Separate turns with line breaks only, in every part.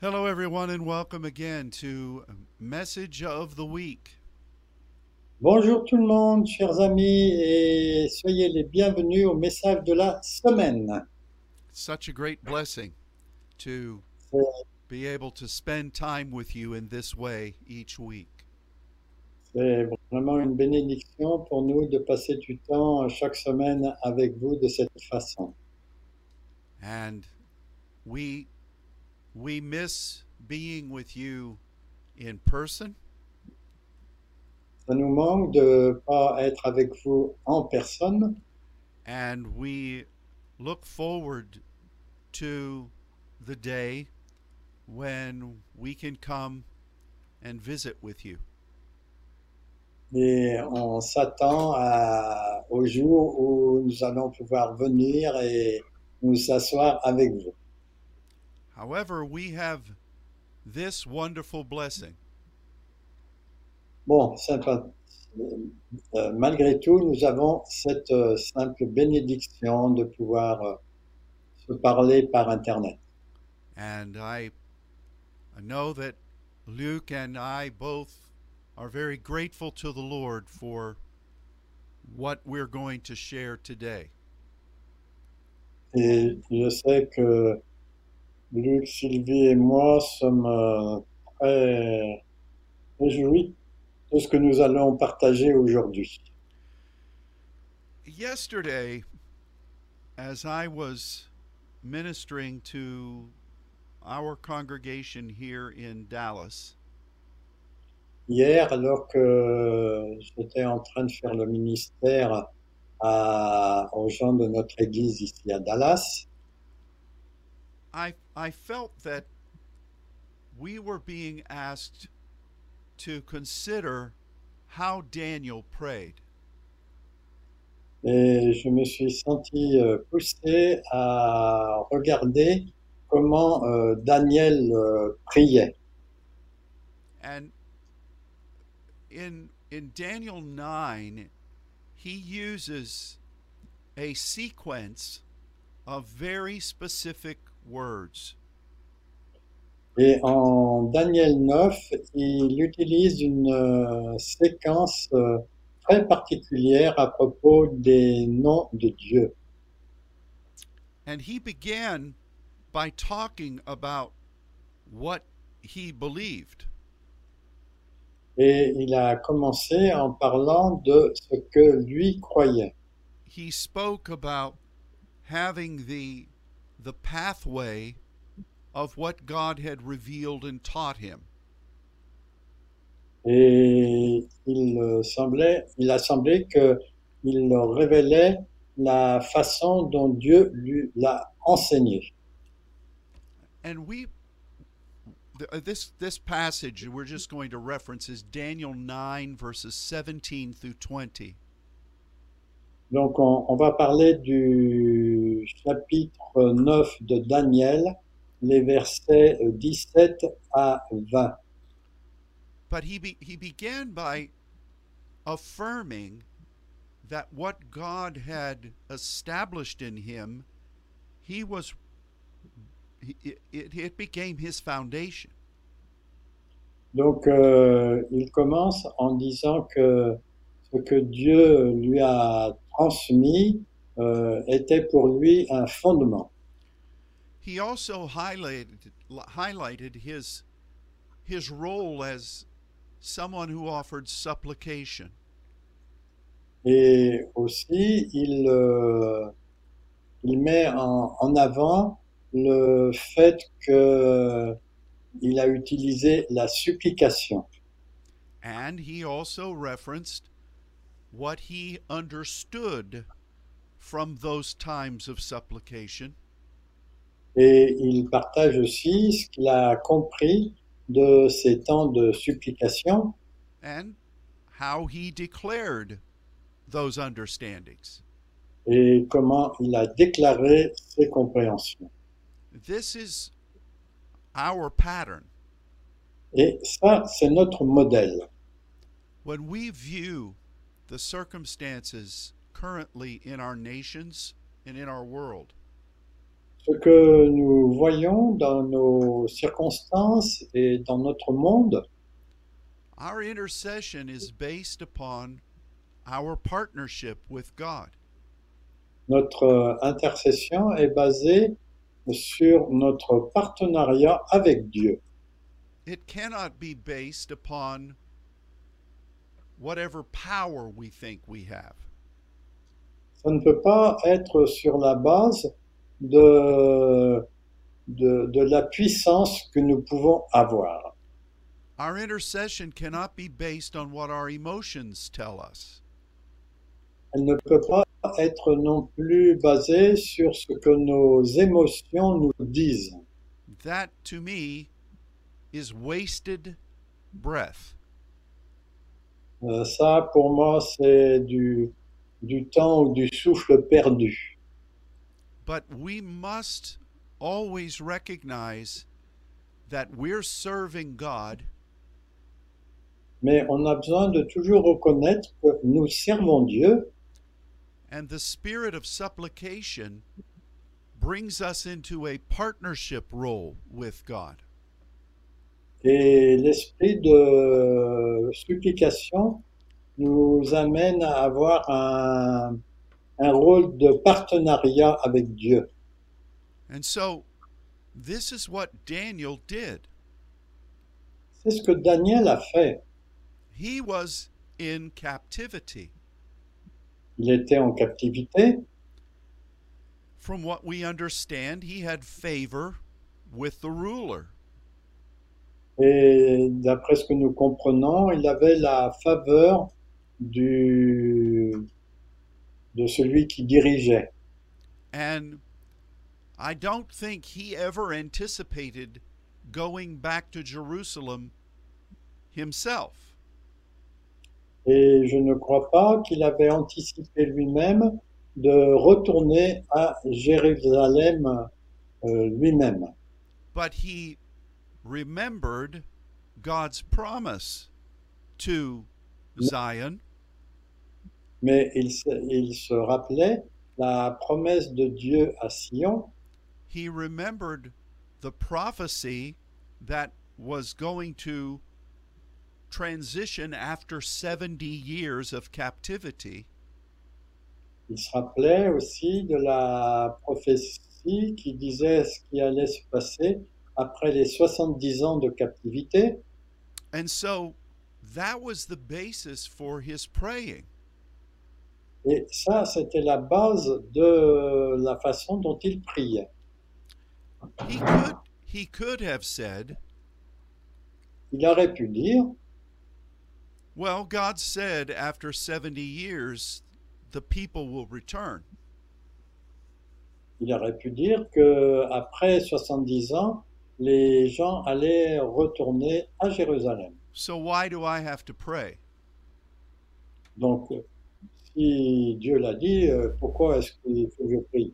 Hello, everyone, and welcome again to Message of the Week.
Bonjour tout le monde, chers amis, et soyez les bienvenus au message de la semaine.
Such a great blessing to
C'est
be able to spend time with you in this way each week.
c'est vraiment une bénédiction pour nous de passer du temps chaque semaine avec vous de cette façon.
And we we miss being with you in person,
Ça nous manque de pas être avec vous en personne
and we look forward to the day when we can come and visit with you.
et on s'attend à- au jour où nous allons pouvoir venir et nous asseoir avec vous.
However, we have this wonderful blessing
Bon, sympa. Euh, malgré tout, nous avons cette euh, simple bénédiction de pouvoir euh, se parler par Internet.
And I, I know that Luke and I both are very grateful to the Lord for what we're going to share today.
Et je sais que Luc, Sylvie et moi sommes euh, très réjouis de ce que nous allons partager aujourd'hui.
Yesterday, as I was ministering to our congregation here in Dallas,
Hier, alors que j'étais en train de faire le ministère à- aux gens de notre église ici à Dallas,
I, I felt that we were being asked to consider how Daniel prayed.
Et je me suis senti euh, poussé à regarder comment euh, Daniel euh, priait.
And in in Daniel 9, he uses a sequence of very specific words.
Et en Daniel 9, il utilise une euh, séquence euh, très particulière à propos des noms de Dieu.
And he began by talking about what he believed.
Et il a commencé en parlant de ce que lui croyait.
He spoke about having the the pathway of what God had revealed and taught him.
Et il euh, semblait, il a semblé que il leur révélait la façon dont Dieu lui l'a enseigné.
And we th- uh, this this passage we're just going to reference is Daniel 9 verses 17 through 20.
Donc, on, on va parler du chapitre 9 de Daniel, les versets 17 à 20.
But he be, he began by affirming that what God had established in him, he was he, it, it it became his foundation.
Donc, euh, il commence en disant que ce que Dieu lui a transmis euh, était pour lui un fondement.
He also highlighted highlighted his his role as someone who offered supplication.
Et aussi, il, euh, il met en, en avant le fait que il a utilisé la supplication.
And he also referenced what he understood from those times of supplication.
Et il partage aussi ce qu'il a compris de ces temps de supplication
and how he declared those understandings.
et comment il a déclaré ses compréhensions.
This is our pattern.
Et ça, c'est notre modèle.
When we view the circumstances currently in our nations and in our world,
Ce que nous voyons dans nos circonstances et dans notre monde,
Our intercession is based upon our partnership with God.
notre euh, intercession est basée sur notre partenariat avec Dieu.
It cannot be based upon whatever power we think we have.
Ça ne peut pas être sur la base de, de, de la puissance que nous pouvons avoir.
Our intercession cannot be based on what our emotions tell us.
Elle ne peut pas être non plus basée sur ce que nos émotions nous disent.
That, to me, is wasted breath.
Euh, ça, pour moi, c'est du, du temps ou du souffle perdu.
But we must always recognize that we're serving God
Mais on a besoin de toujours reconnaître que nous servons Dieu
and the spirit of supplication brings us into a partnership role with God.
et l'esprit de supplication nous amène à avoir un, un rôle de partenariat avec Dieu.
And so this is what Daniel did.
C'est ce que Daniel a fait.
He was in captivity
Il était en captivité.
From what we understand, he had favor with the ruler.
Et d'après ce que nous comprenons, il avait la faveur du, de celui qui dirigeait.
And I don't think he ever anticipated going back to Jerusalem himself.
Et je ne crois pas qu'il avait anticipé lui-même de retourner à Jérusalem euh, lui-même.
but he remembered God's promise to Zion
Mais il se, il se rappelait la promesse de Dieu à Sion.
he remembered the prophecy that was going to transition after 70 years of captivity
Il se rappelait aussi de la prophétie qui disait ce qui allait se passer après les 70 ans de captivité.
and so that was the basis for his praying
Et ça, c'était la base de la façon dont il priait.
he could he could have said
Il aurait pu dire,
well god said after 70 years the people will return
il aurait pu dire que après 70 ans, les gens allaient retourner à Jérusalem.
so why do i have to pray
Donc, si Dieu l'a dit, euh, pourquoi est-ce qu'il faut que je prie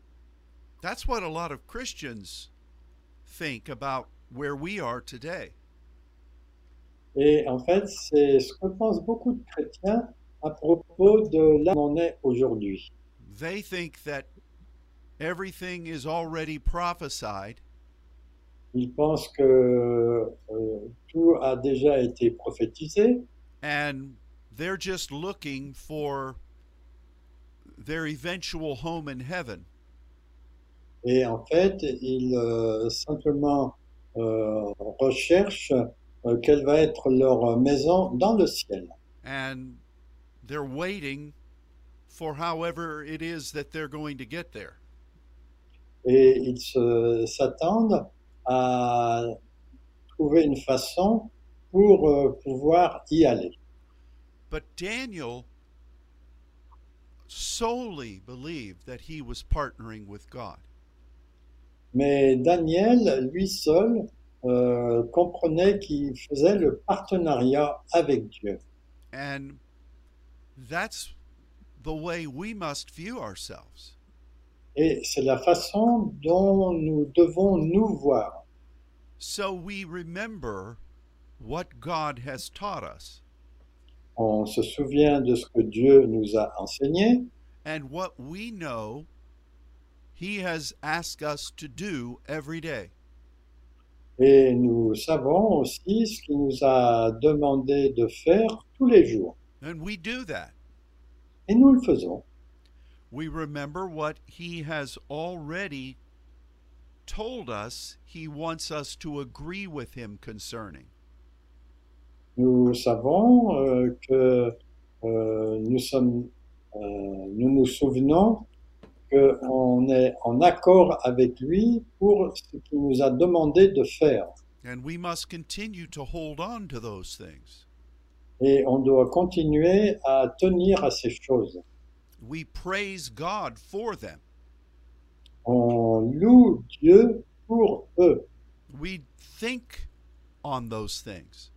That's what a lot of Christians think about where we are today.
Et en fait, c'est ce que pensent beaucoup de chrétiens à propos de là où on est aujourd'hui.
They think that everything is already prophesied
Ils pensent que euh, tout a déjà été prophétisé
and they're just looking for their eventual home in heaven.
et en fait, ils euh, simplement euh, recherchent euh, quelle va être leur maison dans le ciel.
And they're waiting for however it is that they're going to get there.
Et ils se- s'attendent à trouver une façon pour euh, pouvoir y aller.
But Daniel solely believed that he was partnering with God.
Mais Daniel, lui seul, euh, comprenait qu'il faisait le partenariat avec Dieu.
And that's the way we must view ourselves.
Et c'est la façon dont nous devons nous voir.
So we remember what God has taught us
On se souvient de ce que Dieu nous a enseigné
and what we know he has asked us to do every day.
Et nous savons aussi ce qu'il nous a demandé de faire tous les jours.
And we do that.
Et nous le faisons.
We remember what he has already told us he wants us to agree with him concerning.
Nous savons euh, que euh, nous, sommes, euh, nous nous souvenons qu'on est en accord avec lui pour ce qu'il nous a demandé de faire.
And we must continue to hold on to those things.
Et on doit continuer à tenir à ces choses.
We praise God for them.
On loue Dieu pour eux.
We think on those things.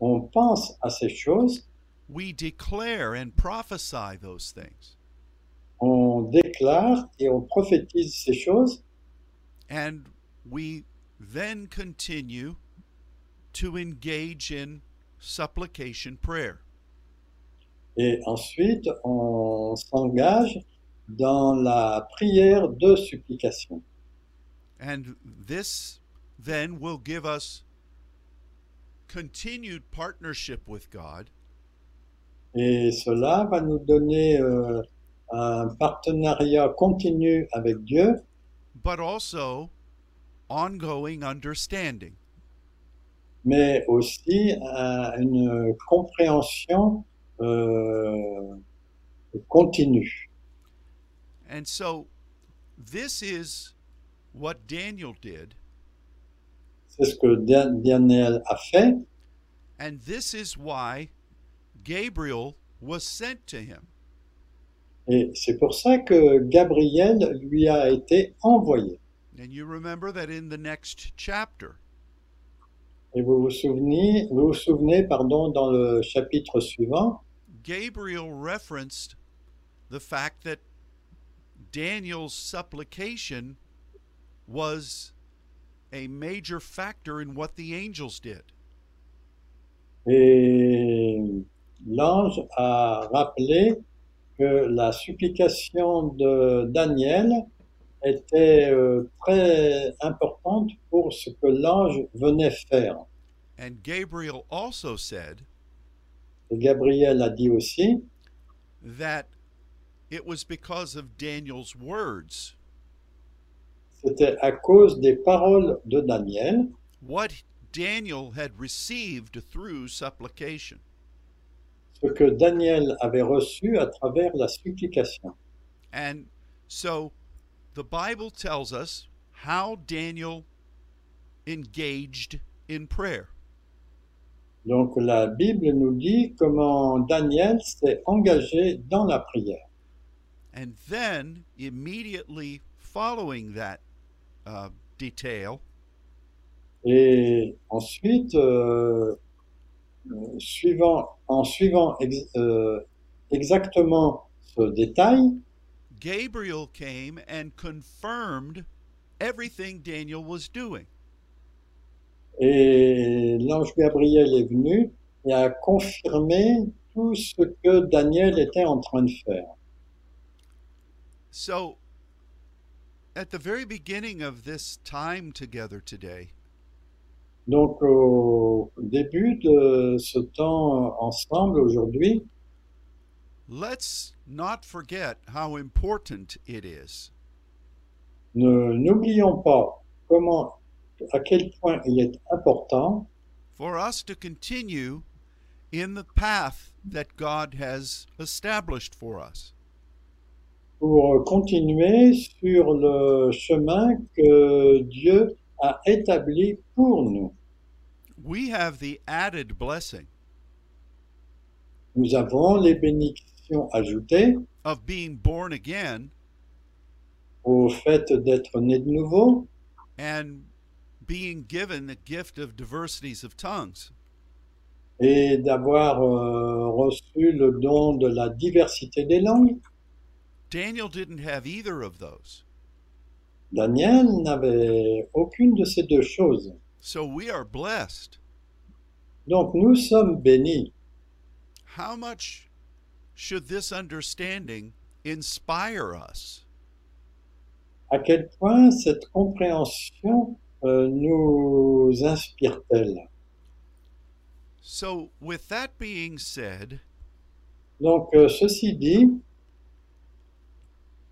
On pense à ces choses.
We declare and prophesy those things.
On déclare et on prophétise ces choses.
And we then continue to engage in supplication prayer.
Et ensuite, on s'engage dans la prière de supplication.
And this then will give us continued partnership with God
Et cela va nous donner euh, un partenariat continu avec Dieu,
but also ongoing understanding.
mais aussi un- une compréhension euh, continue.
And so this is what Daniel did,
C'est ce que Dan- Daniel a fait
and this is why Gabriel was sent to him.
et c'est pour ça que Gabriel lui a été envoyé.
And you remember that in the next chapter,
Et vous vous souvenez, vous vous souvenez pardon, dans le chapitre suivant,
Gabriel referenced the fact that Daniel's supplication was a major factor in what the angels did.
Et l'ange a rappelé que la supplication de Daniel était euh, très importante pour ce que l'ange venait faire.
And Gabriel also said
Et Gabriel a dit aussi
that it was because of Daniel's words.
c'était à cause des paroles de Daniel,
What Daniel had received through supplication.
ce que Daniel avait reçu à travers la supplication.
And so the Bible tells us how Daniel engaged in prayer.
Donc la Bible nous dit comment Daniel s'est engagé dans la prière.
And then, immediately following that uh, detail,
Et ensuite, euh, euh, suivant, en suivant ex- euh, exactement ce détail,
Gabriel came and confirmed everything Daniel was doing.
et l'ange Gabriel est venu et a confirmé tout ce que Daniel était en train de faire.
So, at the very beginning of this time together today,
Donc au début de ce temps ensemble aujourd'hui,
let's not forget how important it is
ne n'oublions pas comment, à quel point il est important
for us to continue in the path that God has established for us.
pour continuer sur le chemin que Dieu a établi pour nous.
We have the added blessing
Nous avons les bénédictions ajoutées
of being born again
au fait d'être nés de nouveau
and being given the gift of diversities of tongues.
et d'avoir euh, reçu le don de la diversité des langues.
Daniel didn't have either of those.
Daniel n'avait aucune de ces deux choses.
So we are blessed.
Donc nous sommes bénis.
How much should this understanding inspire us?
À quel point cette compréhension euh, nous inspire-t-elle
So, with that being said,
Donc, euh, ceci dit,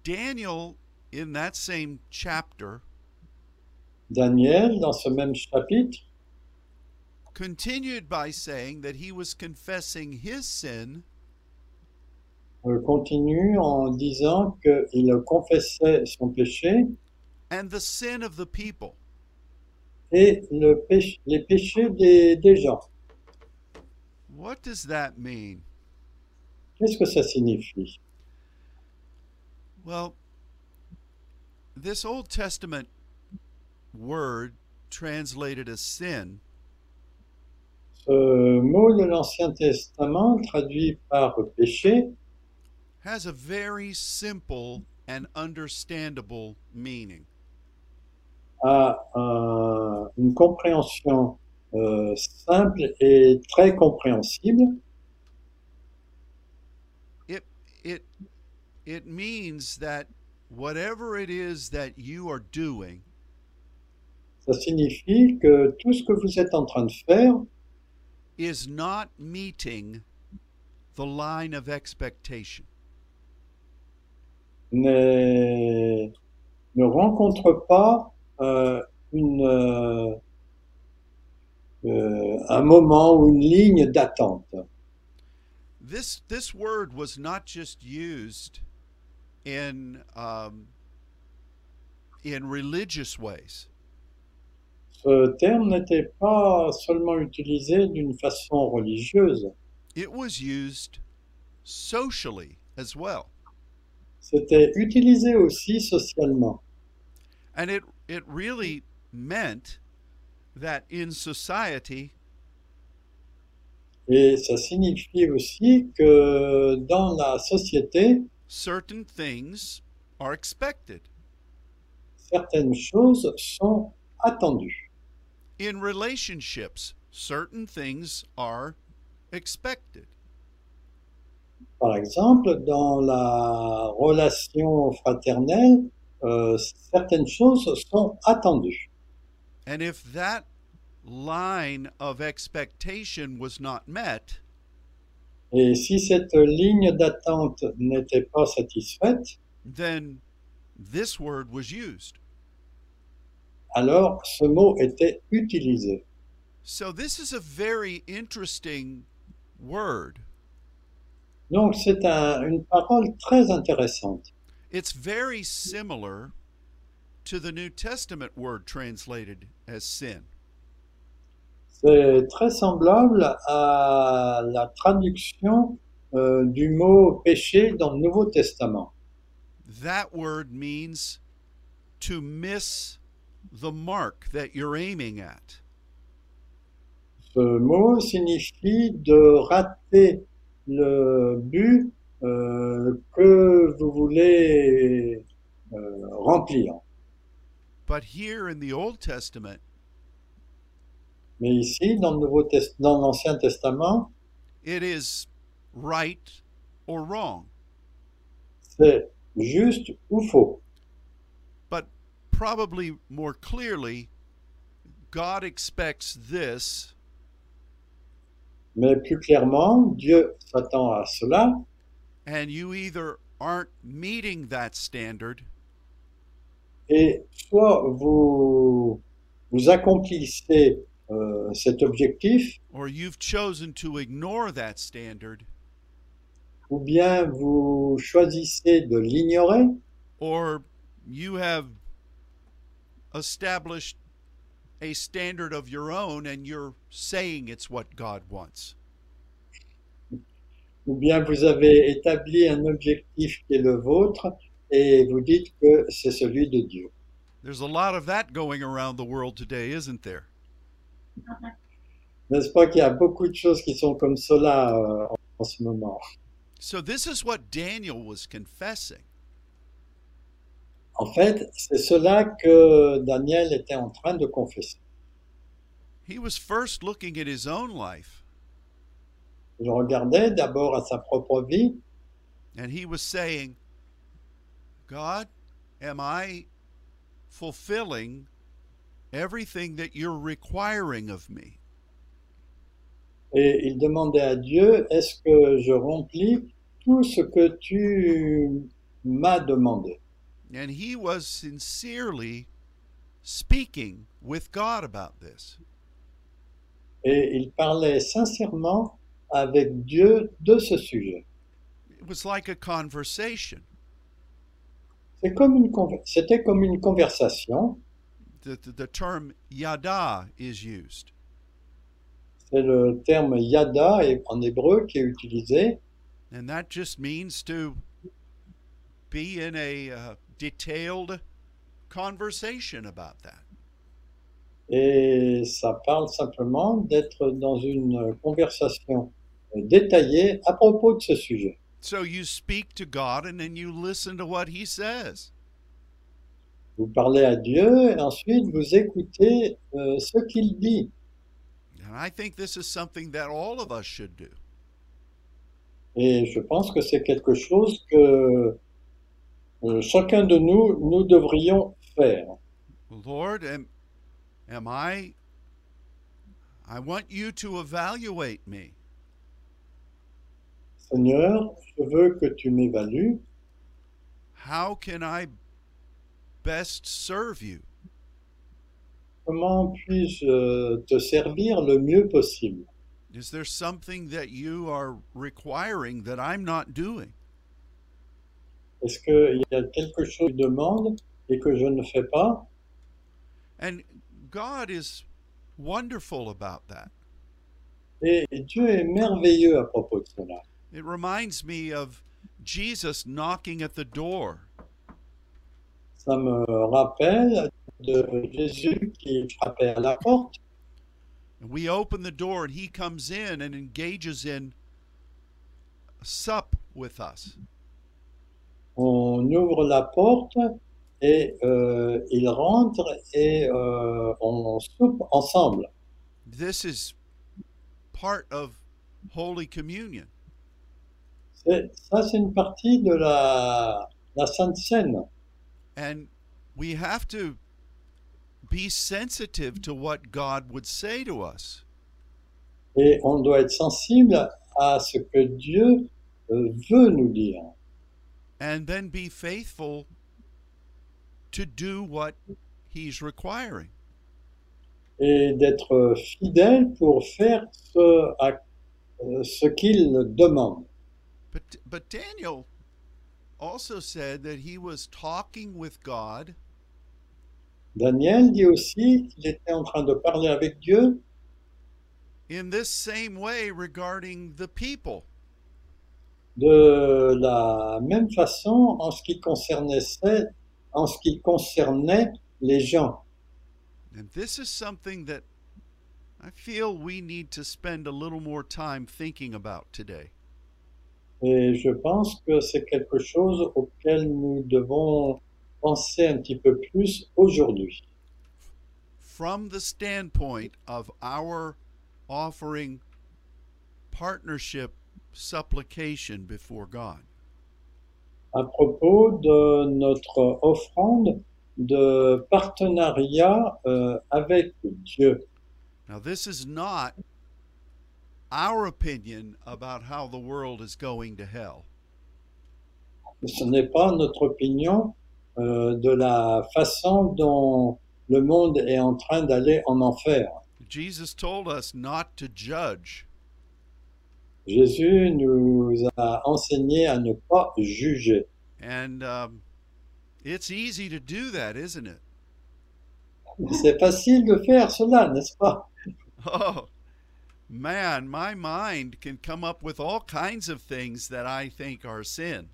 Daniel, in that same chapter,
Daniel, dans ce même chapitre,
continued by saying that he was confessing his sin
euh, continue en disant qu'il confessait son péché
and the sin of the people.
et le péch- les péchés des, des gens.
What does that mean?
Qu'est-ce que ça signifie
Well, this Old Testament word translated as sin
Ce mot de l'Ancien Testament, traduit par péché,
has a very simple and understandable meaning.
a un- une compréhension euh, simple et très compréhensible.
It it it means that whatever it is that you are doing
Ça signifie que tout ce que vous êtes en train de faire
is not meeting the line of expectation.
n'est- ne rencontre pas euh, une, euh, euh, un moment ou une ligne d'attente.
This this word was not just used in um, in religious ways.
Ce terme n'était pas seulement utilisé d'une façon religieuse,
It was used socially as well,
c'était utilisé aussi socialement.
and it it really meant that in society
Et ça signifie aussi que dans la société,
certain things are expected.
certaines choses sont attendues.
In relationships, certain things are expected.
Par exemple, dans la relation fraternelle, euh, certaines choses sont attendues.
And if that line of expectation was not met,
Et si cette ligne d'attente n'était pas satisfaite,
then this word was used.
alors ce mot était utilisé.
So this is a very interesting word.
Donc c'est un- une parole très intéressante.
It's very similar to the New Testament word translated as sin.
C'est très semblable à la traduction euh, du mot péché dans le Nouveau Testament.
That word means to miss the mark that you're aiming at.
Ce mot signifie de rater le but euh, que vous voulez euh, remplir.
But here in the Old Testament,
Mais ici, dans le Nouveau Test- dans l'Ancien Testament,
it is right or wrong.
c'est juste ou faux.
But probably more clearly, God expects this
Mais plus clairement, Dieu s'attend à cela
and you either aren't meeting that standard
Et soit vous, vous accomplissez euh, cet objectif,
or you've chosen to ignore that standard
ou bien vous choisissez de l'ignorer,
or you have established a standard of your own and you're saying it's what God wants.
ou bien vous avez établi un objectif qui est le vôtre et vous dites que c'est celui de Dieu.
There's a lot of that going around the world today, isn't there?
N'est-ce pas qu'il y a beaucoup de choses qui sont comme cela euh, en- en ce moment
So this is what Daniel was confessing.
En fait, c'est cela que Daniel était en train de confesser.
He was first looking at his own life
Il regardait d'abord à sa propre vie
and he was saying, God, am I fulfilling everything that you're requiring of me.
Et il demandait à Dieu, est-ce que je remplis tout ce que tu m'as demandé
And he was sincerely speaking with God about this.
Et il parlait sincèrement avec Dieu de ce sujet.
It was like a conversation.
C'est comme une conver- C'était comme une conversation,
The, the, the term yada is used.
c'est le terme yada et- en hébreu qui est utilisé,
And that just means to be in a uh, detailed conversation about that.
et ça parle simplement d'être dans une conversation détaillée à propos de ce sujet.
So you speak to God and then you listen to what he says.
Vous parlez à Dieu et ensuite vous écoutez euh, ce qu'il dit.
And I think this is something that all of us should do.
Et je pense que c'est quelque chose que euh, chacun de nous, nous devrions faire.
Lord, am, am I? I want you to evaluate me.
Seigneur, je veux que tu m'évalues.
How can I best serve you?
Comment puis-je euh, te servir le mieux possible
Is there something that you are requiring that I'm not doing?
Est-ce qu'il y a quelque chose que tu demandes et que je ne fais pas
And God is wonderful about that.
Et Dieu est merveilleux à propos de cela.
It reminds me of Jesus knocking at the door.
Ça me rappelle de Jésus qui frappait à la porte
And we open the door and he comes in and engages in sup with us.
on ouvre la porte et euh, il rentre et euh, on soupe ensemble.
This is part of Holy Communion.
C'est- ça, c'est une partie de la, la Sainte Seine.
And we have to be sensitive to what God would say to us.
Et on doit être sensible à ce que Dieu euh, veut nous dire
and then be faithful to do what he's requiring.
et d'être fidèle pour faire ce, à- euh, ce qu'il demande.
But but Daniel also said that he was talking with God
Daniel dit aussi qu'il était en train de parler avec Dieu
in this same way regarding the people.
de la même façon en ce qui concernait, ce- en ce qui concernait les gens.
And this is something that I feel we need to spend a little more time thinking about today.
Et je pense que c'est quelque chose auquel nous devons penser un petit peu plus aujourd'hui,
From the standpoint of our offering partnership supplication before God.
à propos de notre offrande de partenariat euh, avec Dieu.
Now, this is not our opinion about how the world is going to hell.
Ce n'est pas notre opinion euh, de la façon dont le monde est en train d'aller en enfer.
Jesus told us not to judge,
Jésus nous a enseigné à ne pas juger.
and um, it's easy to do that, isn't it?
C'est facile de faire cela, n'est-ce pas
Oh, man, my mind can come up with all kinds of things that I think are sin.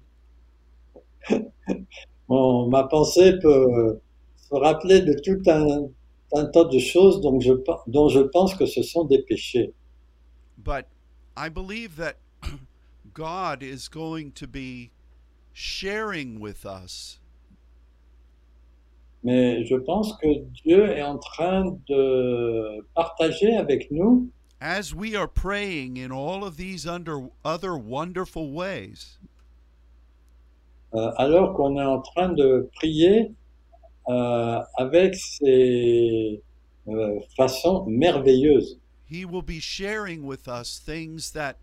Bon, Ma pensée peut se rappeler de tout un, un tas de choses dont je, pe- dont je pense que ce sont des péchés.
But I believe that God is going to be sharing with us
Mais je pense que Dieu est en train de partager avec nous
as we are praying in all of these under other wonderful ways,
euh, alors qu'on est en train de prier euh, avec ses euh, façons merveilleuses.
He will be sharing with us things that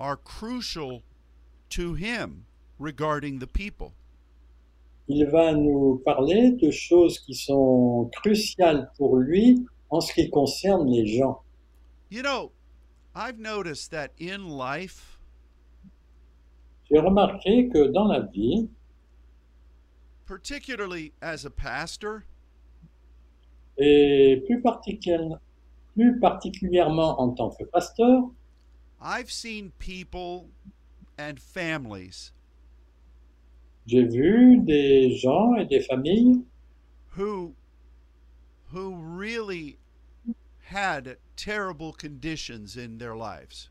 are crucial to him regarding the people.
Il va nous parler de choses qui sont cruciales pour lui en ce qui concerne les gens.
You know, I've noticed that in life,
J'ai remarqué que dans la vie,
particularly as a pastor,
et plus, particu- plus particulièrement en tant que pasteur,
I've seen people and families
j'ai vu des gens et des familles
who who really had terrible conditions in their lives.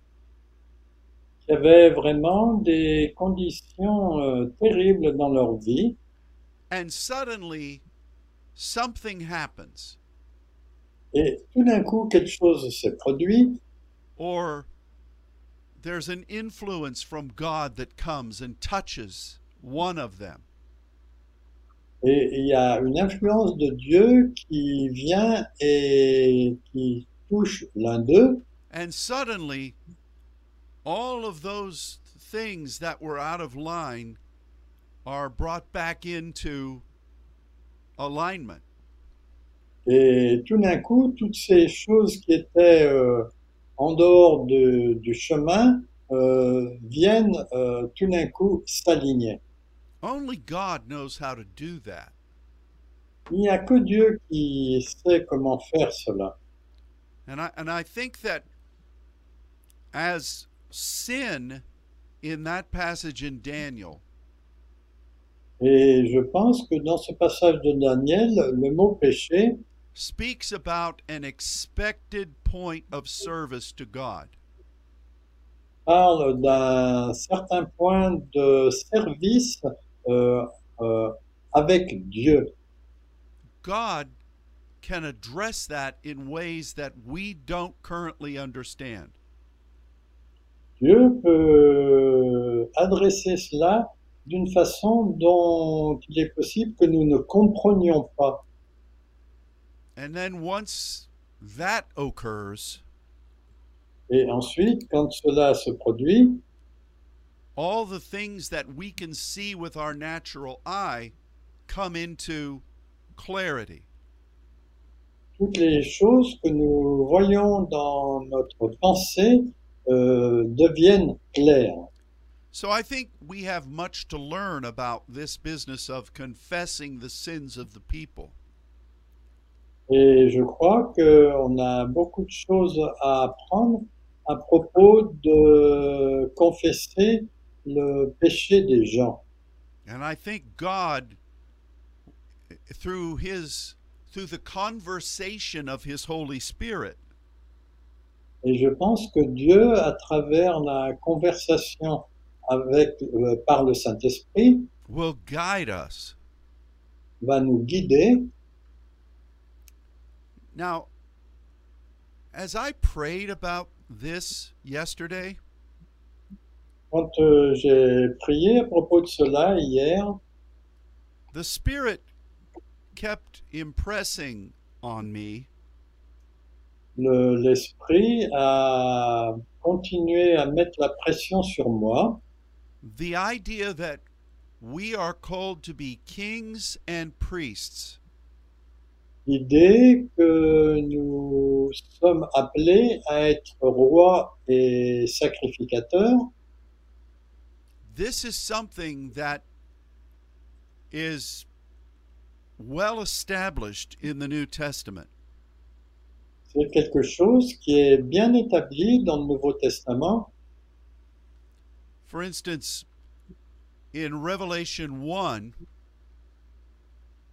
qui avaient vraiment des conditions euh, terribles dans leur vie,
And suddenly something happens
et tout d'un coup, quelque chose se produit,
or there's an influence from God that comes and touches one of them.
et il y a une influence de Dieu qui vient et qui touche l'un d'eux,
And suddenly all of those things that were out of line are brought back into alignment.
Et tout d'un coup, toutes ces choses qui étaient euh, en dehors de- du chemin euh, viennent euh, tout d'un coup s'aligner.
Only God knows how to do that.
Il n'y a que Dieu qui sait comment faire cela.
And I and I think that as sin in that passage in Daniel
Et je pense que dans ce passage de Daniel, le mot péché
speaks about an expected point of service to God.
parle d'un certain point de service euh, euh, avec Dieu.
God can address that in ways that we don't currently understand.
Dieu peut adresser cela d'une façon dont il est possible que nous ne comprenions pas.
And then once that occurs,
Et ensuite, quand cela se produit,
all the things that we can see with our natural eye come into clarity.
toutes les choses que nous voyons dans notre pensée euh, deviennent claires.
So I think we have much to learn about this business of confessing the sins of the people.
Et je crois qu'on a beaucoup de choses à apprendre à propos de confesser le péché des gens.
And I think God through his through the conversation of his Holy Spirit
Et je pense que Dieu, à travers la conversation avec, euh, par le Saint-Esprit,
will guide us.
va nous guider.
Now, as I prayed about this yesterday,
Quand euh, j'ai prié à propos de cela hier,
the Spirit kept impressing on me
le- l'Esprit a continué à mettre la pression sur moi,
the idea that we are called to be kings and priests.
l'idée que nous sommes appelés à être rois et sacrificateurs.
This is something that is well established in the New Testament.
C'est quelque chose qui est bien établi dans le Nouveau Testament.
For instance, in Revelation 1,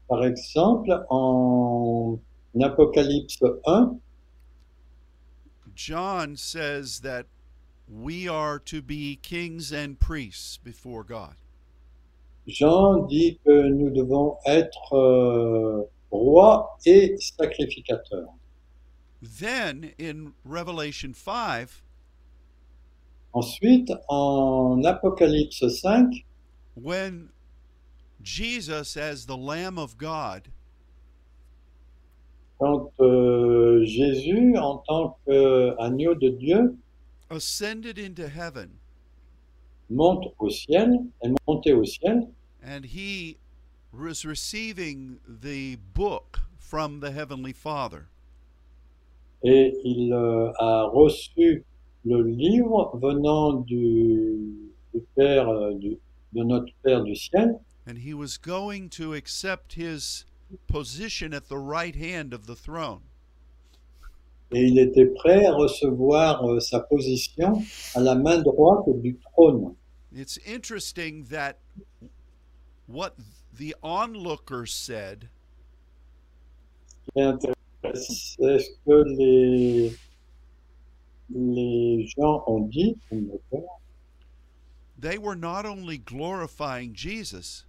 Par exemple, en Apocalypse 1,
John says that we are to be kings and priests before God.
Jean dit que nous devons être euh, rois et sacrificateurs.
Then in Revelation 5,
Ensuite, en Apocalypse 5,
when Jesus as the Lamb of God,
Quand euh, Jésus, en tant qu'agneau de Dieu,
ascended into heaven,
monte au ciel, est monté au ciel,
and he was receiving the book from the Heavenly Father.
et il euh, a reçu le livre venant du, du Père, euh, du- de notre Père du ciel,
and he was going to accept his position at the right hand of the throne.
et il était prêt à recevoir euh, sa position à la main droite du trône.
It's interesting that what the onlookers said
Ce qui est intéressant, c'est ce que les, les gens ont dit, comme le Père,
they were not only glorifying Jesus,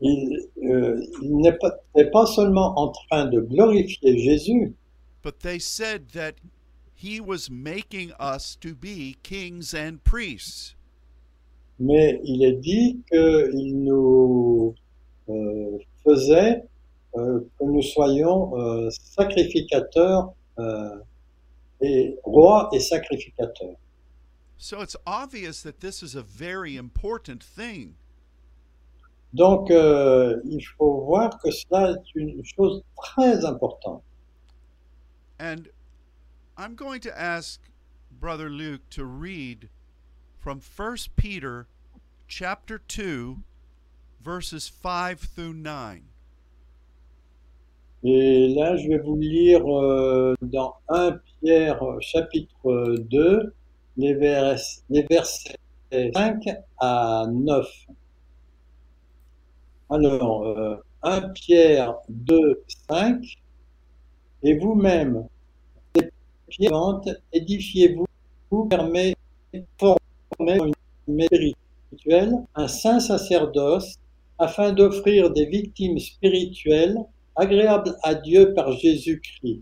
il, euh, il n'est pas, n'est pas seulement en train de glorifier Jésus,
but they said that he was making us to be kings and priests.
mais il est dit qu'il nous euh, faisait euh, que nous soyons euh, sacrificateurs euh, et rois et sacrificateurs.
So it's obvious that this is a very important thing.
Donc, euh, il faut voir que cela est une chose très importante.
And I'm going to ask Brother Luke to read from 1 Peter chapter 2 verses 5 through 9.
Et là, je vais vous lire euh, dans 1 Pierre euh, chapitre 2, les, vers- les versets 5 à 9. Alors, euh, 1 Pierre 2, 5. Et vous-même, les pierres vivantes, édifiez-vous, vous permet former une mérite spirituelle, un saint sacerdoce, afin d'offrir des victimes spirituelles agréable à Dieu par Jésus-Christ.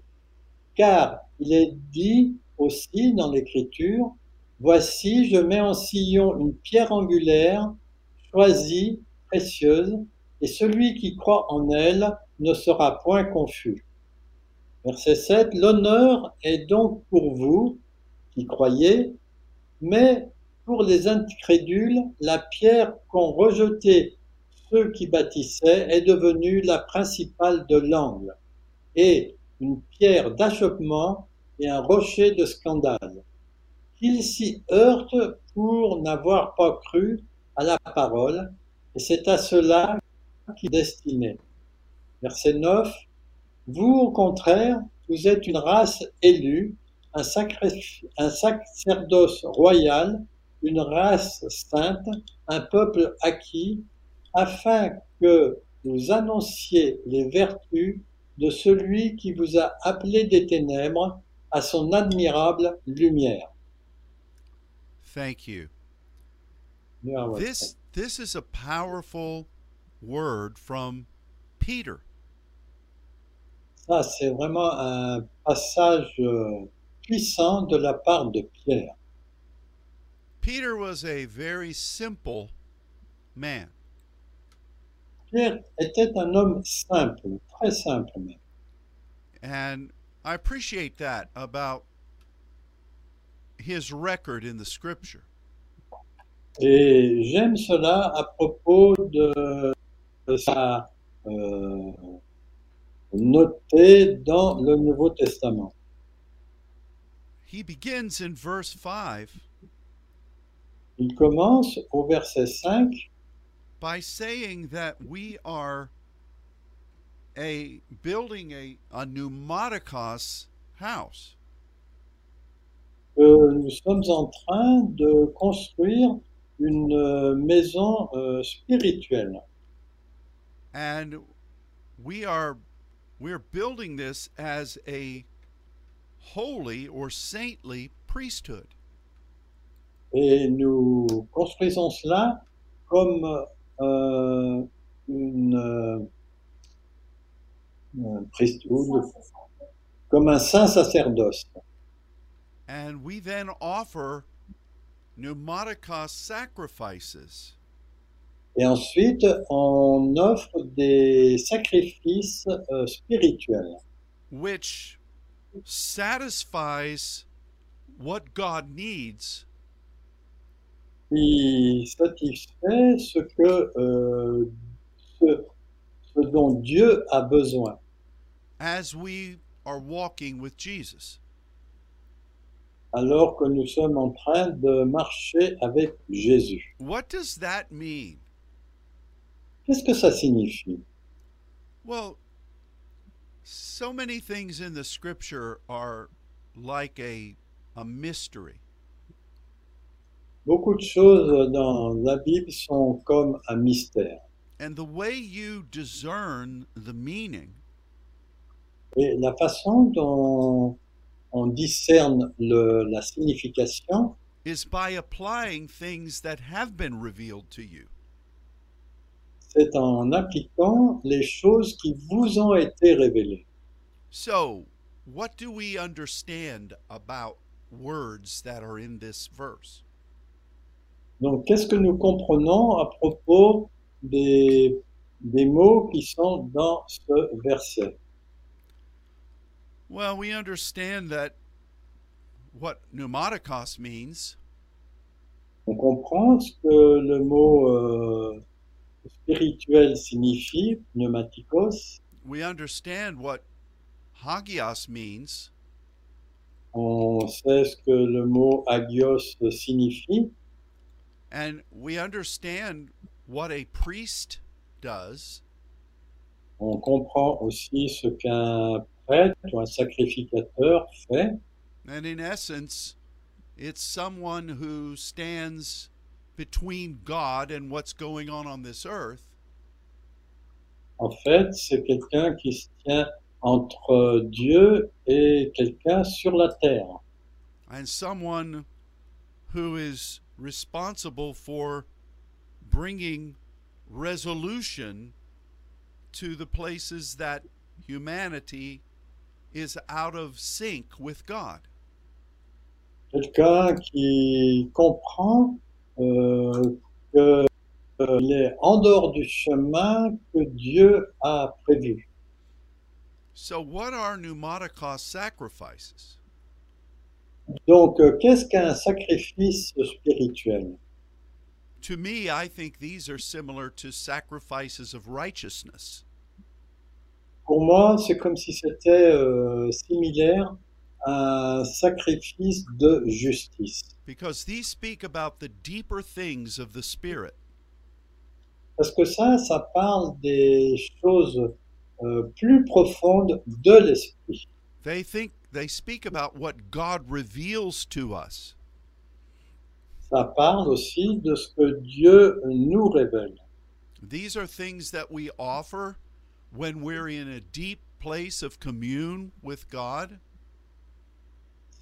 Car il est dit aussi dans l'Écriture, Voici, je mets en sillon une pierre angulaire, choisie, précieuse, et celui qui croit en elle ne sera point confus. Verset 7, L'honneur est donc pour vous qui croyez, mais pour les incrédules, la pierre qu'ont rejetée ceux qui bâtissaient est devenue la principale de l'angle, et une pierre d'achoppement et un rocher de scandale. Qu'ils s'y heurtent pour n'avoir pas cru à la parole, et c'est à cela qui est destiné. Verset 9. Vous, au contraire, vous êtes une race élue, un, sacrif- un sacerdoce royal, une race sainte, un peuple acquis, afin que vous annonciez les vertus de celui qui vous a appelé des ténèbres à son admirable lumière.
Thank you.
Dieu a votre
This this is a powerful word from Peter.
Ça, c'est vraiment un passage euh, puissant de la part de Pierre.
Peter was a very simple man.
Pierre était un homme simple, très simple même.
And I appreciate that about his record in the scripture.
Et j'aime cela à propos de, de sa euh, notée dans le Nouveau Testament.
He begins in verse 5
Il commence au verset 5
by saying that we are a building a, a pneumaticos house.
que nous sommes en train de construire une euh, maison euh, spirituelle.
And we are we're building this as a holy or saintly priesthood.
Et nous construisons cela comme euh, une, euh, un priest- ou le- comme un saint sacerdoce.
And we then offer pneumaticos sacrifices.
Et ensuite, on offre des sacrifices euh, spirituels
which satisfies what God needs
qui satisfait ce que euh, ce, ce dont Dieu a besoin
as we are walking with Jesus.
alors que nous sommes en train de marcher avec Jésus.
What does that mean?
Qu'est-ce que ça signifie
Well, so many things in the scripture are like a a mystery.
Beaucoup de choses dans la Bible sont comme un mystère.
And the way you discern the meaning
Et la façon dont on discerne le- la signification,
is by applying things that have been revealed to you.
c'est en appliquant les choses qui vous ont été révélées.
So, what do we understand about words that are in this verse?
Donc, qu'est-ce que nous comprenons à propos des, des mots qui sont dans ce verset
Well, we understand that what pneumaticos means
On comprend ce que le mot euh, spirituel signifie, pneumatikos.
we understand what hagios means,
On sait ce que le mot agios signifie.
and we understand what a priest does,
On comprend aussi ce qu'un prêtre ou un sacrificateur fait.
and in essence, it's someone who stands between God and what's going on on this earth,
En fait, c'est quelqu'un qui se tient entre Dieu et quelqu'un sur la terre.
and someone who is responsible for bringing resolution to the places that humanity is out of sync with God.
Quelqu'un qui comprend euh, qu'il est en dehors du chemin que Dieu a prévu.
So, what are pneumaticos sacrifices?
Donc, euh, qu'est-ce qu'un sacrifice spirituel
To me, I think these are similar to sacrifices of righteousness.
Pour moi, c'est comme si c'était euh, similaire à un sacrifice de justice.
Because these speak about the deeper things of the Spirit.
Parce que ça, ça parle des choses euh, plus profondes de l'esprit.
They think they speak about what God reveals to us.
Ça parle aussi de ce que Dieu nous révèle.
These are things that we offer when we're in a deep place of commune with God.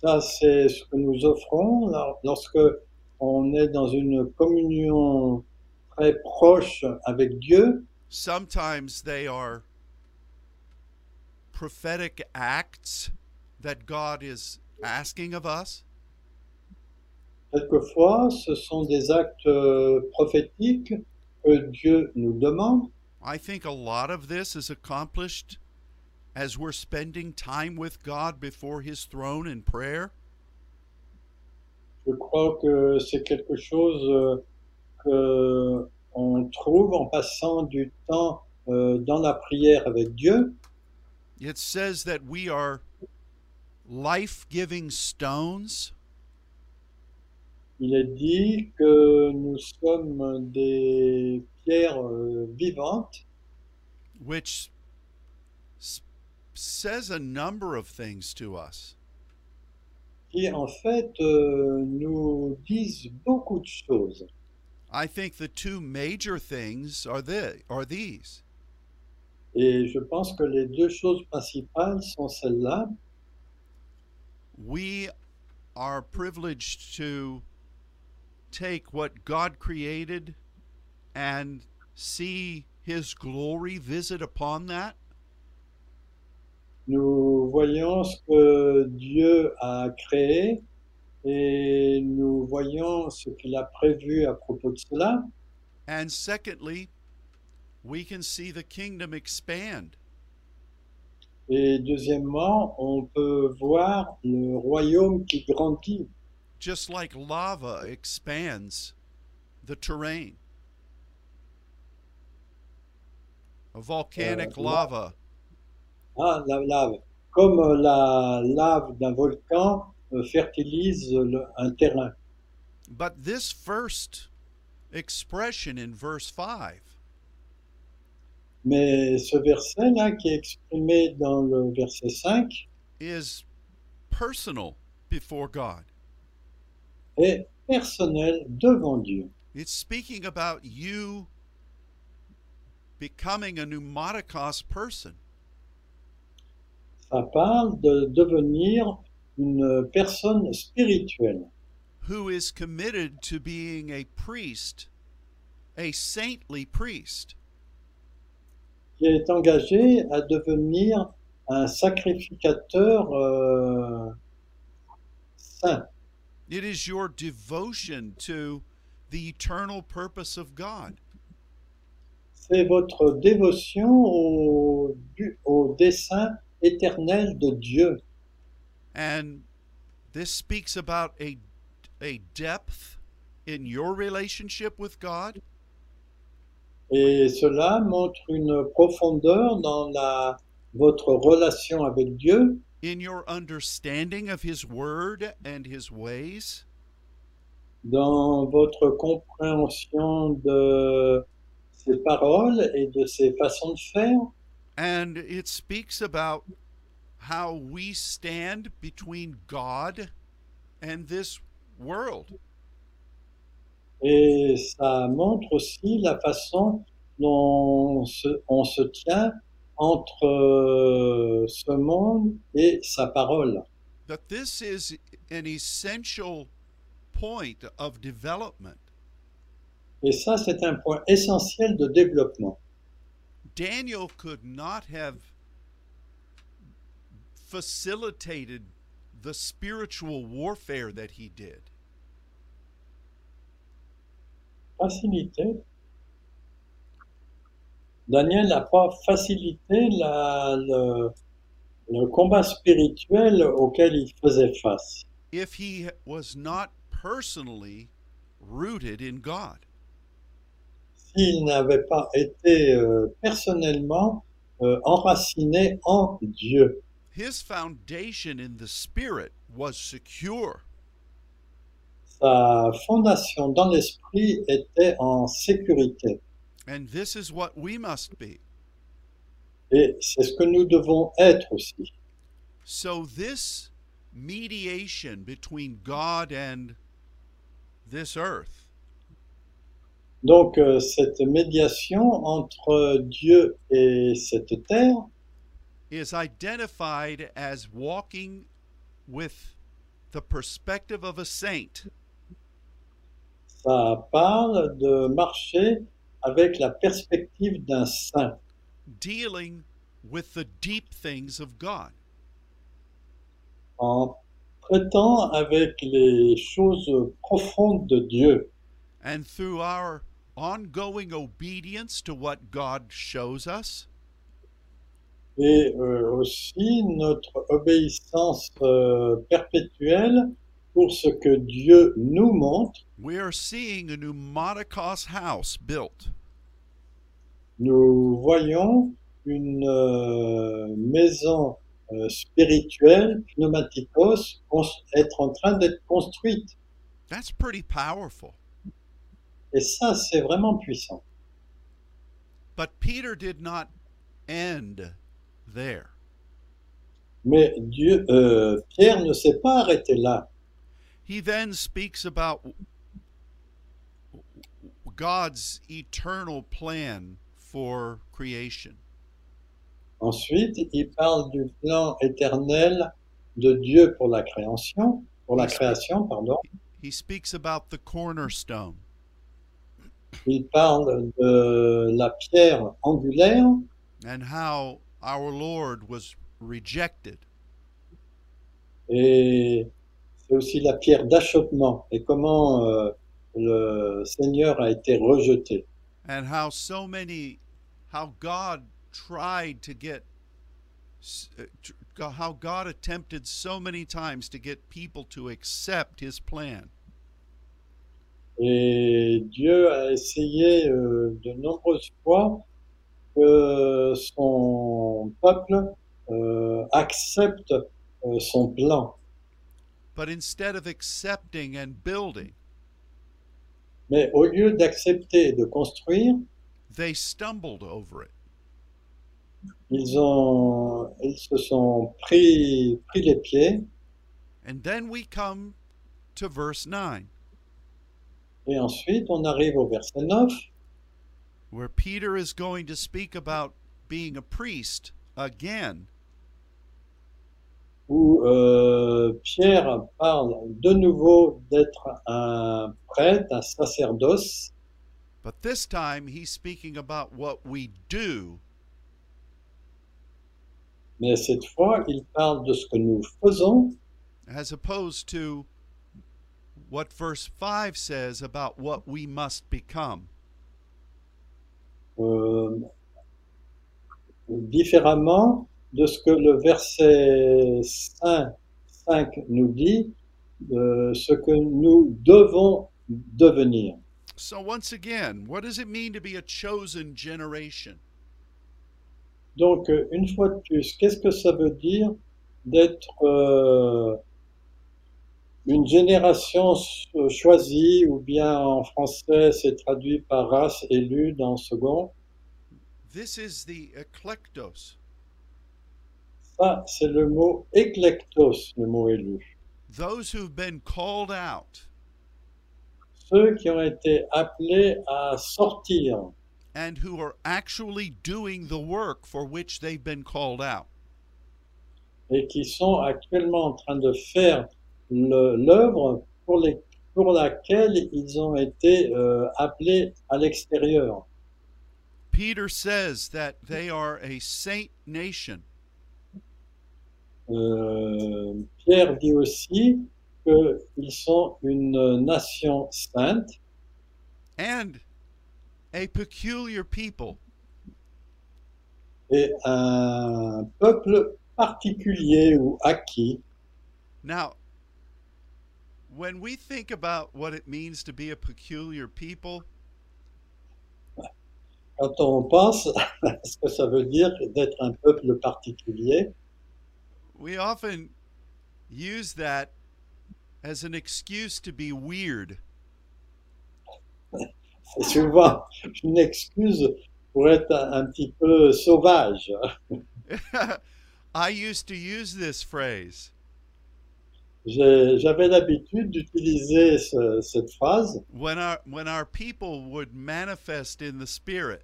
Ça, c'est ce que nous offrons lor- lorsque on est dans une communion très proche avec Dieu.
Sometimes they are prophetic acts that God is asking of us.
Quelquefois, ce sont des actes euh, prophétiques que Dieu nous demande.
I think a lot of this is accomplished as we're spending time with God before His throne in prayer.
Je crois que c'est quelque chose euh, que on trouve en passant du temps euh, dans la prière avec Dieu.
It says that we are life giving stones,
Il est dit que nous sommes des pierres euh, vivantes,
which s- says a number of things to us.
qui en fait euh, nous disent beaucoup de choses.
I think the two major things are, the, are these
Et je pense que les deux choses principales sont celles-là.
we are privileged to take what God created and see his glory visit upon that.
Nous voyons ce que Dieu a créé et nous voyons ce qu'il a prévu à propos de cela.
And secondly, we can see the kingdom expand.
Et deuxièmement, on peut voir le royaume qui grandit,
Just like lava expands the terrain, a volcanic
Uh, la-
lava
hein, la lave. Comme la lave d'un volcan euh, fertilise le- un terrain.
But this first expression in verse 5
Mais ce verset-là qui est exprimé dans le verset 5
is personal before God.
est personnel devant Dieu.
It's speaking about you becoming a pneumaticos person.
Ça parle de devenir une personne spirituelle
who is committed to being a priest, a saintly priest.
qui est engagée à devenir un sacrificateur euh, saint.
It is your devotion to the eternal purpose of God.
C'est votre dévotion au, du- au dessein éternel de Dieu.
And this speaks about a, a depth in your relationship with God
Et cela montre une profondeur dans la, votre relation avec Dieu,
in your understanding of His Word and His ways.
dans votre compréhension de ses paroles et de ses façons de faire.
And it speaks about how we stand between God and this world.
Et ça montre aussi la façon dont on se, on se tient entre euh, ce monde et sa parole.
that this is an essential point of development.
Et ça, c'est un point essentiel de développement.
Daniel could not have facilitated the spiritual warfare that he did
Facilité. Daniel n'a pas facilité la- le, le combat spirituel auquel il faisait face
if he was not personally rooted in God.
s'il n'avait pas été euh, personnellement euh, enraciné en Dieu.
His foundation in the Spirit was secure,
Sa fondation dans l'esprit était en sécurité.
and this is what we must be.
Et c'est ce que nous devons être aussi.
So, this mediation between God and this earth
Donc euh, cette médiation entre Dieu et cette terre
is identified as walking with the perspective of a saint.
Ça parle de marcher avec la perspective d'un saint,
dealing with the deep things of God.
en traitant avec les choses profondes de Dieu.
And through our ongoing obedience to what God shows us,
et euh, aussi notre obéissance euh, perpétuelle pour ce que Dieu nous montre.
we are seeing a pneumaticos house built.
Nous voyons une euh, maison euh, spirituelle, pneumaticos, cons- être en train d'être construite.
That's pretty powerful.
Et ça, c'est vraiment puissant.
But Peter did not end there.
Mais Dieu, euh, Pierre ne s'est pas arrêté là.
He then speaks about God's eternal plan for creation.
Ensuite, il parle du plan éternel de Dieu pour la création, pour la création, pardon.
He speaks about the cornerstone,
Il parle de la pierre angulaire
and how our Lord was rejected
et c'est aussi la pierre d'achoppement et comment euh, le Seigneur a été rejeté.
and how so many, how God tried to get, s- uh, tr- go- how God attempted so many times to get people to accept his plan.
Et Dieu a essayé euh, de nombreuses fois que son peuple euh, accepte euh, son plan.
But instead of accepting and building,
Mais au lieu d'accepter et de construire,
they stumbled over it.
ils, ont, ils se sont pris, pris les pieds.
And then we come to verse 9,
Et ensuite, on arrive au verset 9,
where Peter is going to speak about being a priest again.
où euh, Pierre parle de nouveau d'être un prêtre, un sacerdoce,
But this time he's speaking about what we do
mais cette fois, il parle de ce que nous faisons
as opposed to what verse 5 says about what we must become.
euh, différemment de ce que le verset 5, 5 nous dit, de ce que nous devons devenir.
So, once again, what does it mean to be a chosen generation?
Donc, euh, une fois de plus, qu'est-ce que ça veut dire d'être euh, une génération so- choisie, ou bien en français, c'est traduit par race élue dans second.
This is the eklektos,
Ça, c'est le mot éclectos, le mot élu.
those who've been called out
Ceux qui ont été appelés à sortir
and who are actually doing the work for which they've been called out.
et qui sont actuellement en train de faire le- l'œuvre pour, les- pour laquelle ils ont été euh, appelés à l'extérieur.
Peter says that they are a saint nation.
Euh, Pierre dit aussi qu'ils sont une nation sainte
and a peculiar people.
et un peuple particulier ou acquis.
Now, when we think about what it means to be a peculiar people,
Quand on pense à ce que ça veut dire d'être un peuple particulier,
we often use that as an excuse to be weird.
c'est souvent une excuse pour être un, un petit peu sauvage.
I used to use this phrase
J'ai- J'avais l'habitude d'utiliser ce- cette phrase
when our when our people would manifest in the spirit.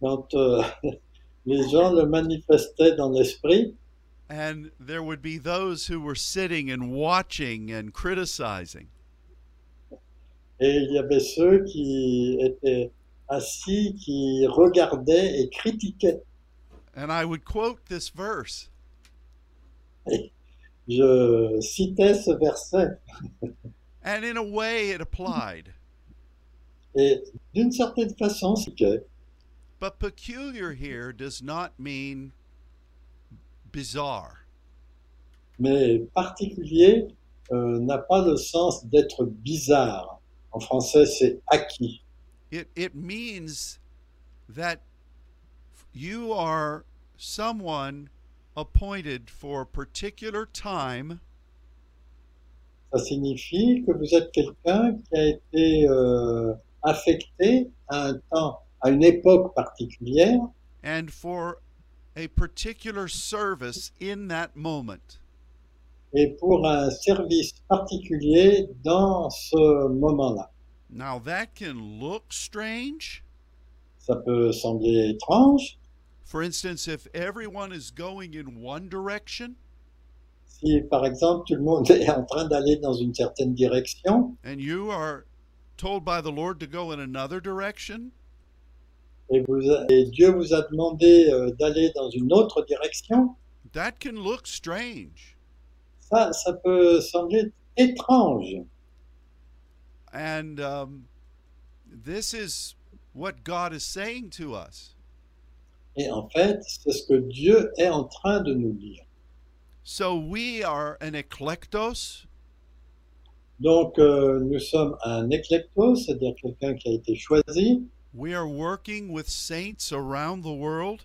quand euh, les gens le manifestaient dans l'esprit.
And there would be those who were sitting and watching and criticizing.
Et il y avait ceux qui étaient assis, qui regardaient et critiquaient.
And I would quote this verse
Je citais ce verset
And in a way, it applied.
et d'une certaine façon, c'est que-
But peculiar here does not mean bizarre.
mais particulier euh, n'a pas le sens d'être bizarre. En français, c'est acquis.
It, it means that you are someone appointed for a particular time
Ça signifie que vous êtes quelqu'un qui a été euh, affecté à un temps, à une époque particulière
and for a particular service in that moment.
et pour un service particulier dans ce moment-là.
Now, that can look strange.
Ça peut sembler étrange.
For instance, if everyone is going in one direction
Si, par exemple, tout le monde est en train d'aller dans une certaine direction
and you are told by the Lord to go in another direction,
et, vous a- et Dieu vous a demandé euh, d'aller dans une autre direction,
That can look strange.
ça, ça peut sembler étrange.
And um, This is what God is saying to us.
Et en fait, c'est ce que Dieu est en train de nous dire.
So we are an eklektos,
Donc, euh, nous sommes un éclectos, c'est-à-dire quelqu'un qui a été choisi.
we are working with saints around the world,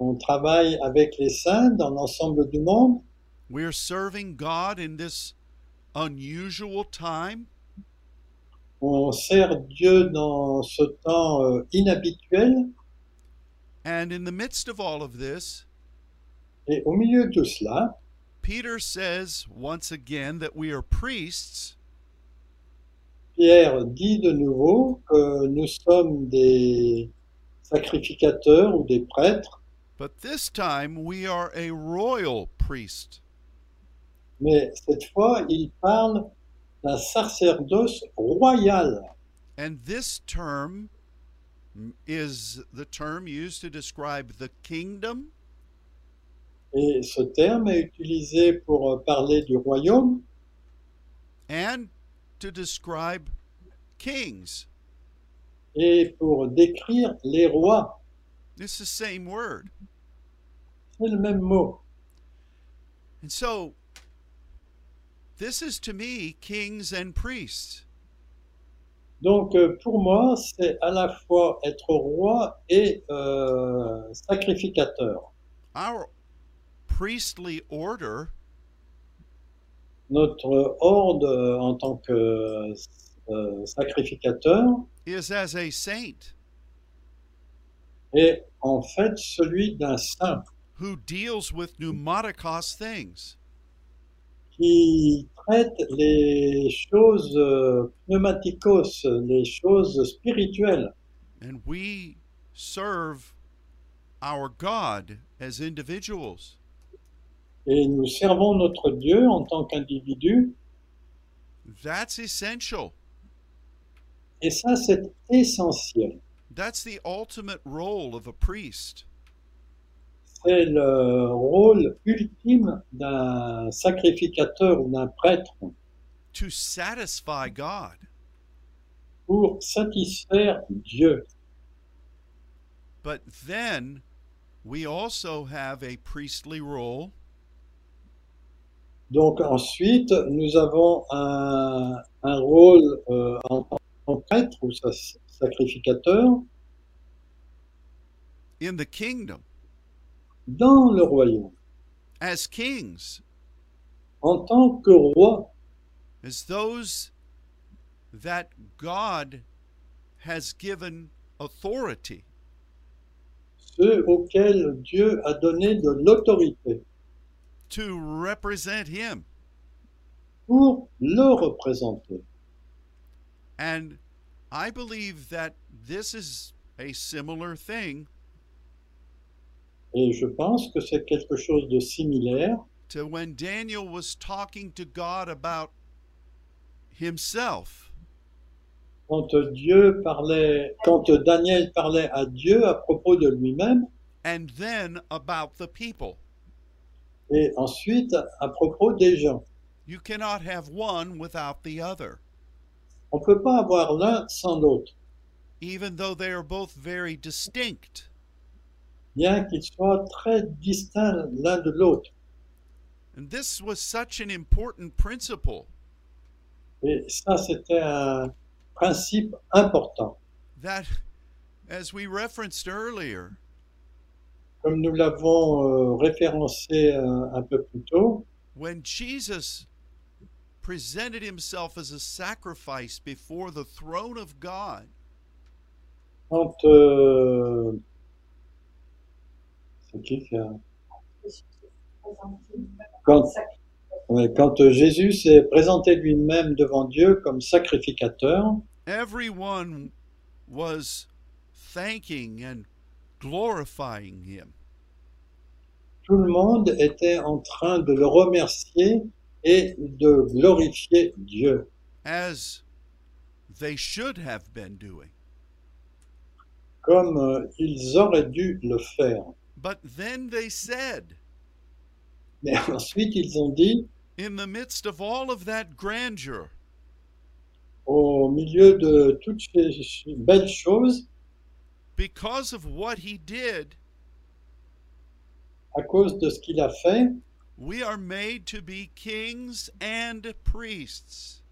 On travaille avec les saints dans l'ensemble du monde.
we are serving God in this unusual time.
On sert Dieu dans ce temps euh, inhabituel.
And in the midst of all of this,
Et au milieu de cela,
Peter says once again that we are priests
Pierre dit de nouveau que nous sommes des sacrificateurs ou des prêtres,
But this time we are a royal priest.
mais cette fois, il parle d'un sacerdoce royal.
And this term m- is the term used to describe the kingdom
Et ce terme est utilisé pour euh, parler du royaume
and to describe kings.
et pour décrire les rois.
It's the same word.
C'est le même mot.
And so this is to me kings and priests.
Donc euh, pour moi, c'est à la fois être roi et euh, sacrificateur.
Our priestly order
Notre ordre euh, en tant que euh, euh, sacrificateur
is as a saint
est en fait celui d'un saint
who deals with pneumaticos things.
qui traite les choses euh, pneumaticos, les choses spirituelles.
And we serve our God as individuals.
Et nous servons notre Dieu en tant qu'individu.
That's essential.
Et ça, c'est essentiel.
That's the ultimate role of a priest.
C'est le rôle ultime d'un sacrificateur ou d'un prêtre
to satisfy God.
pour satisfaire Dieu.
But then we also have a priestly role
Donc ensuite, nous avons un, un rôle euh, en tant que prêtre ou sa- sacrificateur
in the kingdom
dans le royaume,
as kings,
en tant que roi,
as those that God has given authority.
ceux auxquels Dieu a donné de l'autorité
to represent him.
pour le représenter.
And I believe that this is a similar thing
Et je pense que c'est quelque chose de similaire
to when Daniel was talking to God about himself.
quand Dieu parlait, quand Daniel parlait à Dieu à propos de lui-même,
and then about the people.
et ensuite à propos des gens.
You cannot have one without the other,
On ne peut pas avoir l'un sans l'autre,
even though they are both very distinct.
bien qu'ils soient très distincts l'un de l'autre.
And this was such an important principle
Et ça, c'était un principe important.
that, as we referenced earlier,
Comme nous l'avons euh, référencé euh, un peu plus tôt,
when Jesus presented himself as a sacrifice before the throne of God,
quand... euh, c'est qui qui a- Quand, ouais, quand Jésus s'est présenté lui-même devant Dieu comme sacrificateur,
everyone was thanking and glorifying him.
tout le monde était en train de le remercier et de glorifier Dieu,
as they should have been doing.
comme euh, ils auraient dû le faire.
But then they said,
Mais ensuite, ils ont dit,
in the midst of all of that grandeur,
au au milieu de toutes ces belles choses,
because of what he did,
à cause de ce qu'il a fait,
we are made to be kings and priests.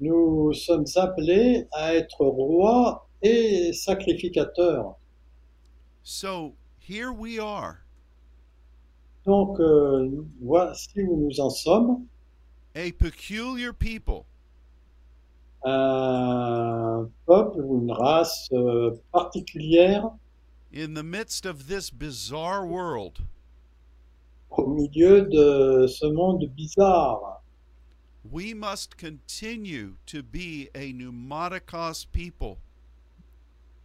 nous sommes appelés à être rois et sacrificateurs.
So here we are,
Donc, euh, voici où nous en sommes,
a peculiar people,
un peuple ou une race euh, particulière
in the midst of this bizarre world.
au milieu de ce monde bizarre.
We must continue to be a pneumaticos people.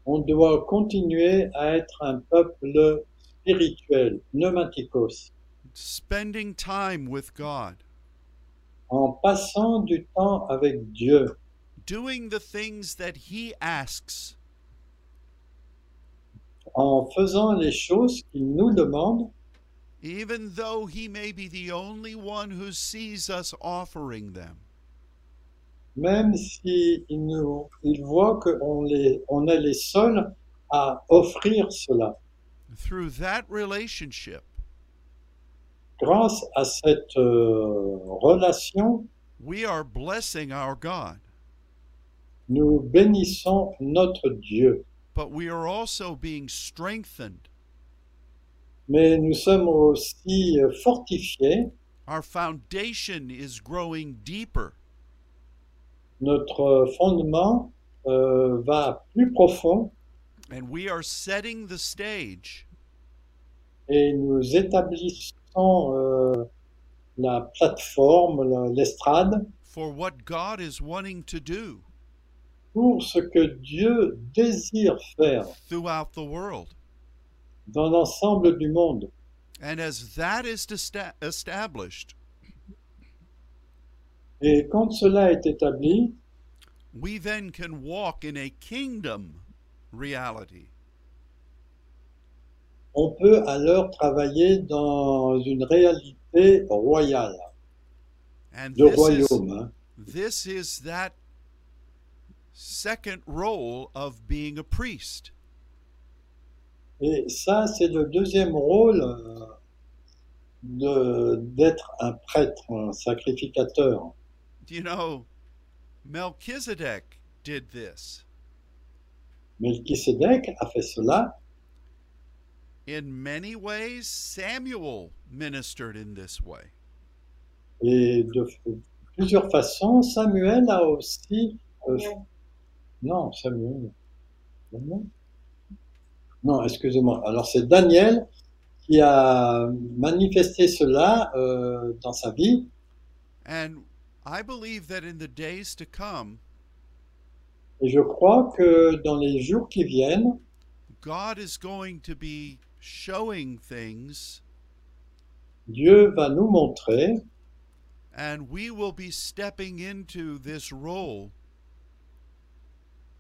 On doit continuer à être un peuple spirituel, pneumaticos,
spending time with God,
en passant du temps avec Dieu,
doing the things that He asks,
en faisant les choses qu'il nous demande,
even though He may be the only one who sees us offering them.
même si il nous, il voit qu'on les- on est les seuls à offrir cela.
Through that relationship,
Grâce à cette euh, relation,
we are blessing our God,
nous bénissons notre Dieu,
but we are also being strengthened.
mais nous sommes aussi euh, fortifiés,
Our foundation is growing deeper.
notre euh, fondement euh, va plus profond
And we are setting the stage
et nous établissons euh, la plateforme, la- l'estrade,
for what God is wanting to do
pour ce que Dieu désire faire
throughout the world.
dans l'ensemble du monde.
And as that is desta- established,
Et quand cela est établi,
we then can walk in a kingdom reality.
on peut alors travailler dans une réalité royale,
And
de
this is,
royaume. hein.
this is that second role of being a priest.
Et ça, c'est le deuxième rôle euh, de- d'être un prêtre, un sacrificateur.
You know, Melchizedek did this.
Melchisédek a fait cela.
In many ways, Samuel ministered in this way.
Et de plusieurs façons, Samuel a aussi... euh, non, Samuel. Non, Non, excusez-moi. Alors c'est Daniel qui a manifesté cela euh, dans sa vie.
And I believe that in the days to come,
Et je crois que dans les jours qui viennent,
God is going to be showing things
Dieu va nous montrer
and we will be stepping into this role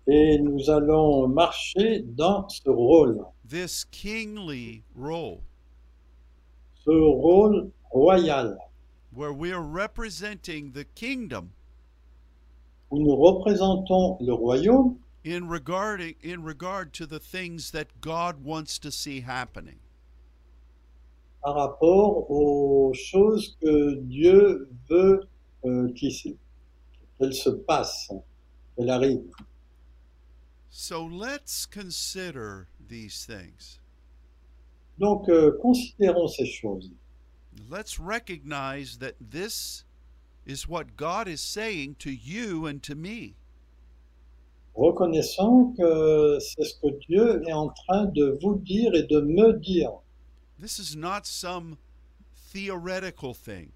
et nous allons marcher dans ce rôle,
this kingly role
ce rôle royal
where we are representing the kingdom
où nous représentons le royaume
in regarding in regard to the things that God wants to see happening.
par rapport aux choses que Dieu veut euh, qu'il se- qu'elles se passent, qu'elles arrivent.
So let's consider these things.
Donc, euh, considérons ces choses.
Let's recognize that this is what God is saying to you and to me.
Reconnaissons que c'est ce que Dieu est en train de vous dire et de me dire.
This is not some theoretical thing.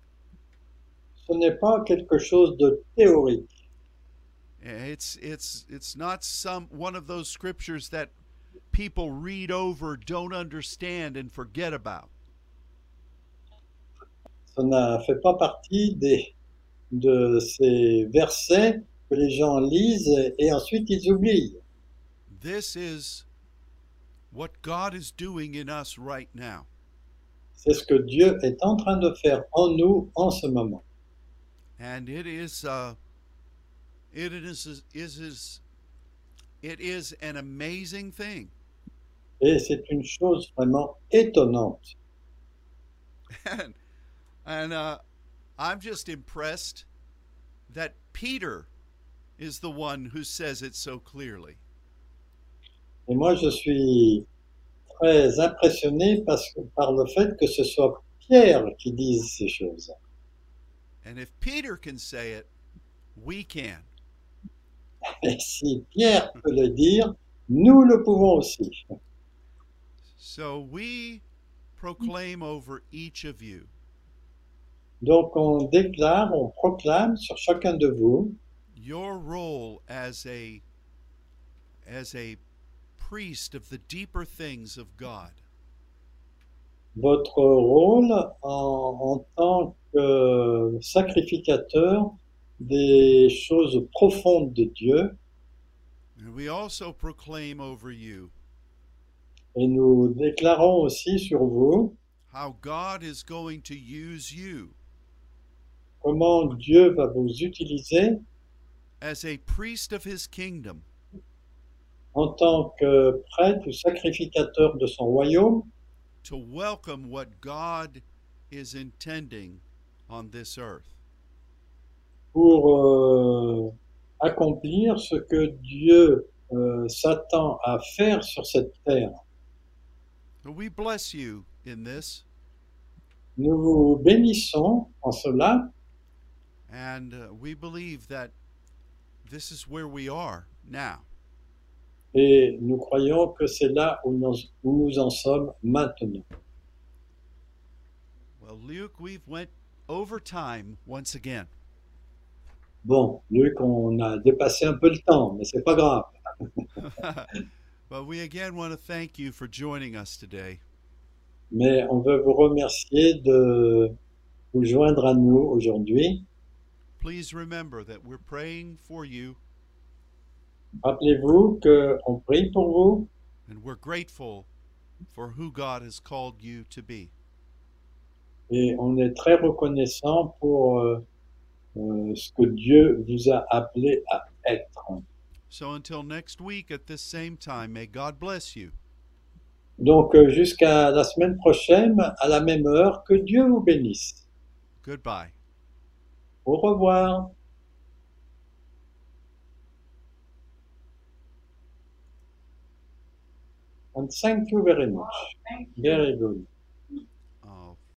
Ce n'est pas quelque chose de théorique.
It's it's it's not some one of those scriptures that people read over, don't understand and forget about.
ça ne fait pas partie des, de ces versets que les gens lisent et ensuite ils oublient.
This is what God is doing in us right now.
C'est ce que Dieu est en train de faire en nous en ce moment.
And it is a uh, It is, is, is, it is an amazing thing.
Et c'est une chose vraiment étonnante.
And, and uh, I'm just impressed that Peter is the one who says it so clearly.
Et moi, je suis très impressionné parce que- par le fait que ce soit Pierre qui dise ces choses.
And if Peter can say it, we can.
Et si Pierre peut le dire, nous le pouvons aussi.
So we proclaim over each of you
Donc on déclare, on proclame sur chacun de vous
your role as a as a priest of the deeper things of God.
votre rôle en, en tant que sacrificateur des choses profondes de Dieu
And we also proclaim over you
et nous déclarons aussi sur vous
how God is going to use you
comment Dieu va vous utiliser
as a priest of his kingdom
en tant que prêtre ou sacrificateur de son royaume
to welcome what God is intending on this earth.
pour euh, accomplir ce que Dieu euh, s'attend à faire sur cette terre.
So we bless you in this
Nous vous bénissons en cela
and uh, we believe that this is where we are now.
et nous croyons que c'est là où nous, où nous en sommes maintenant.
Well, Luke, we've went over time once again.
Bon, Luc, on a dépassé un peu le temps, mais c'est pas grave.
but we again want to thank you for joining us today.
Mais on veut vous remercier de vous joindre à nous aujourd'hui.
Please remember that we're praying for you
Rappelez-vous que on prie pour vous
and we're grateful for who God has called you to be.
et on est très reconnaissant pour euh, euh, ce que Dieu vous a appelé à être.
So until next week at this same time, may God bless you.
Donc euh, jusqu'à la semaine prochaine, à la même heure, que Dieu vous bénisse.
Goodbye.
Au revoir. And thank you very much. Very good.
uh,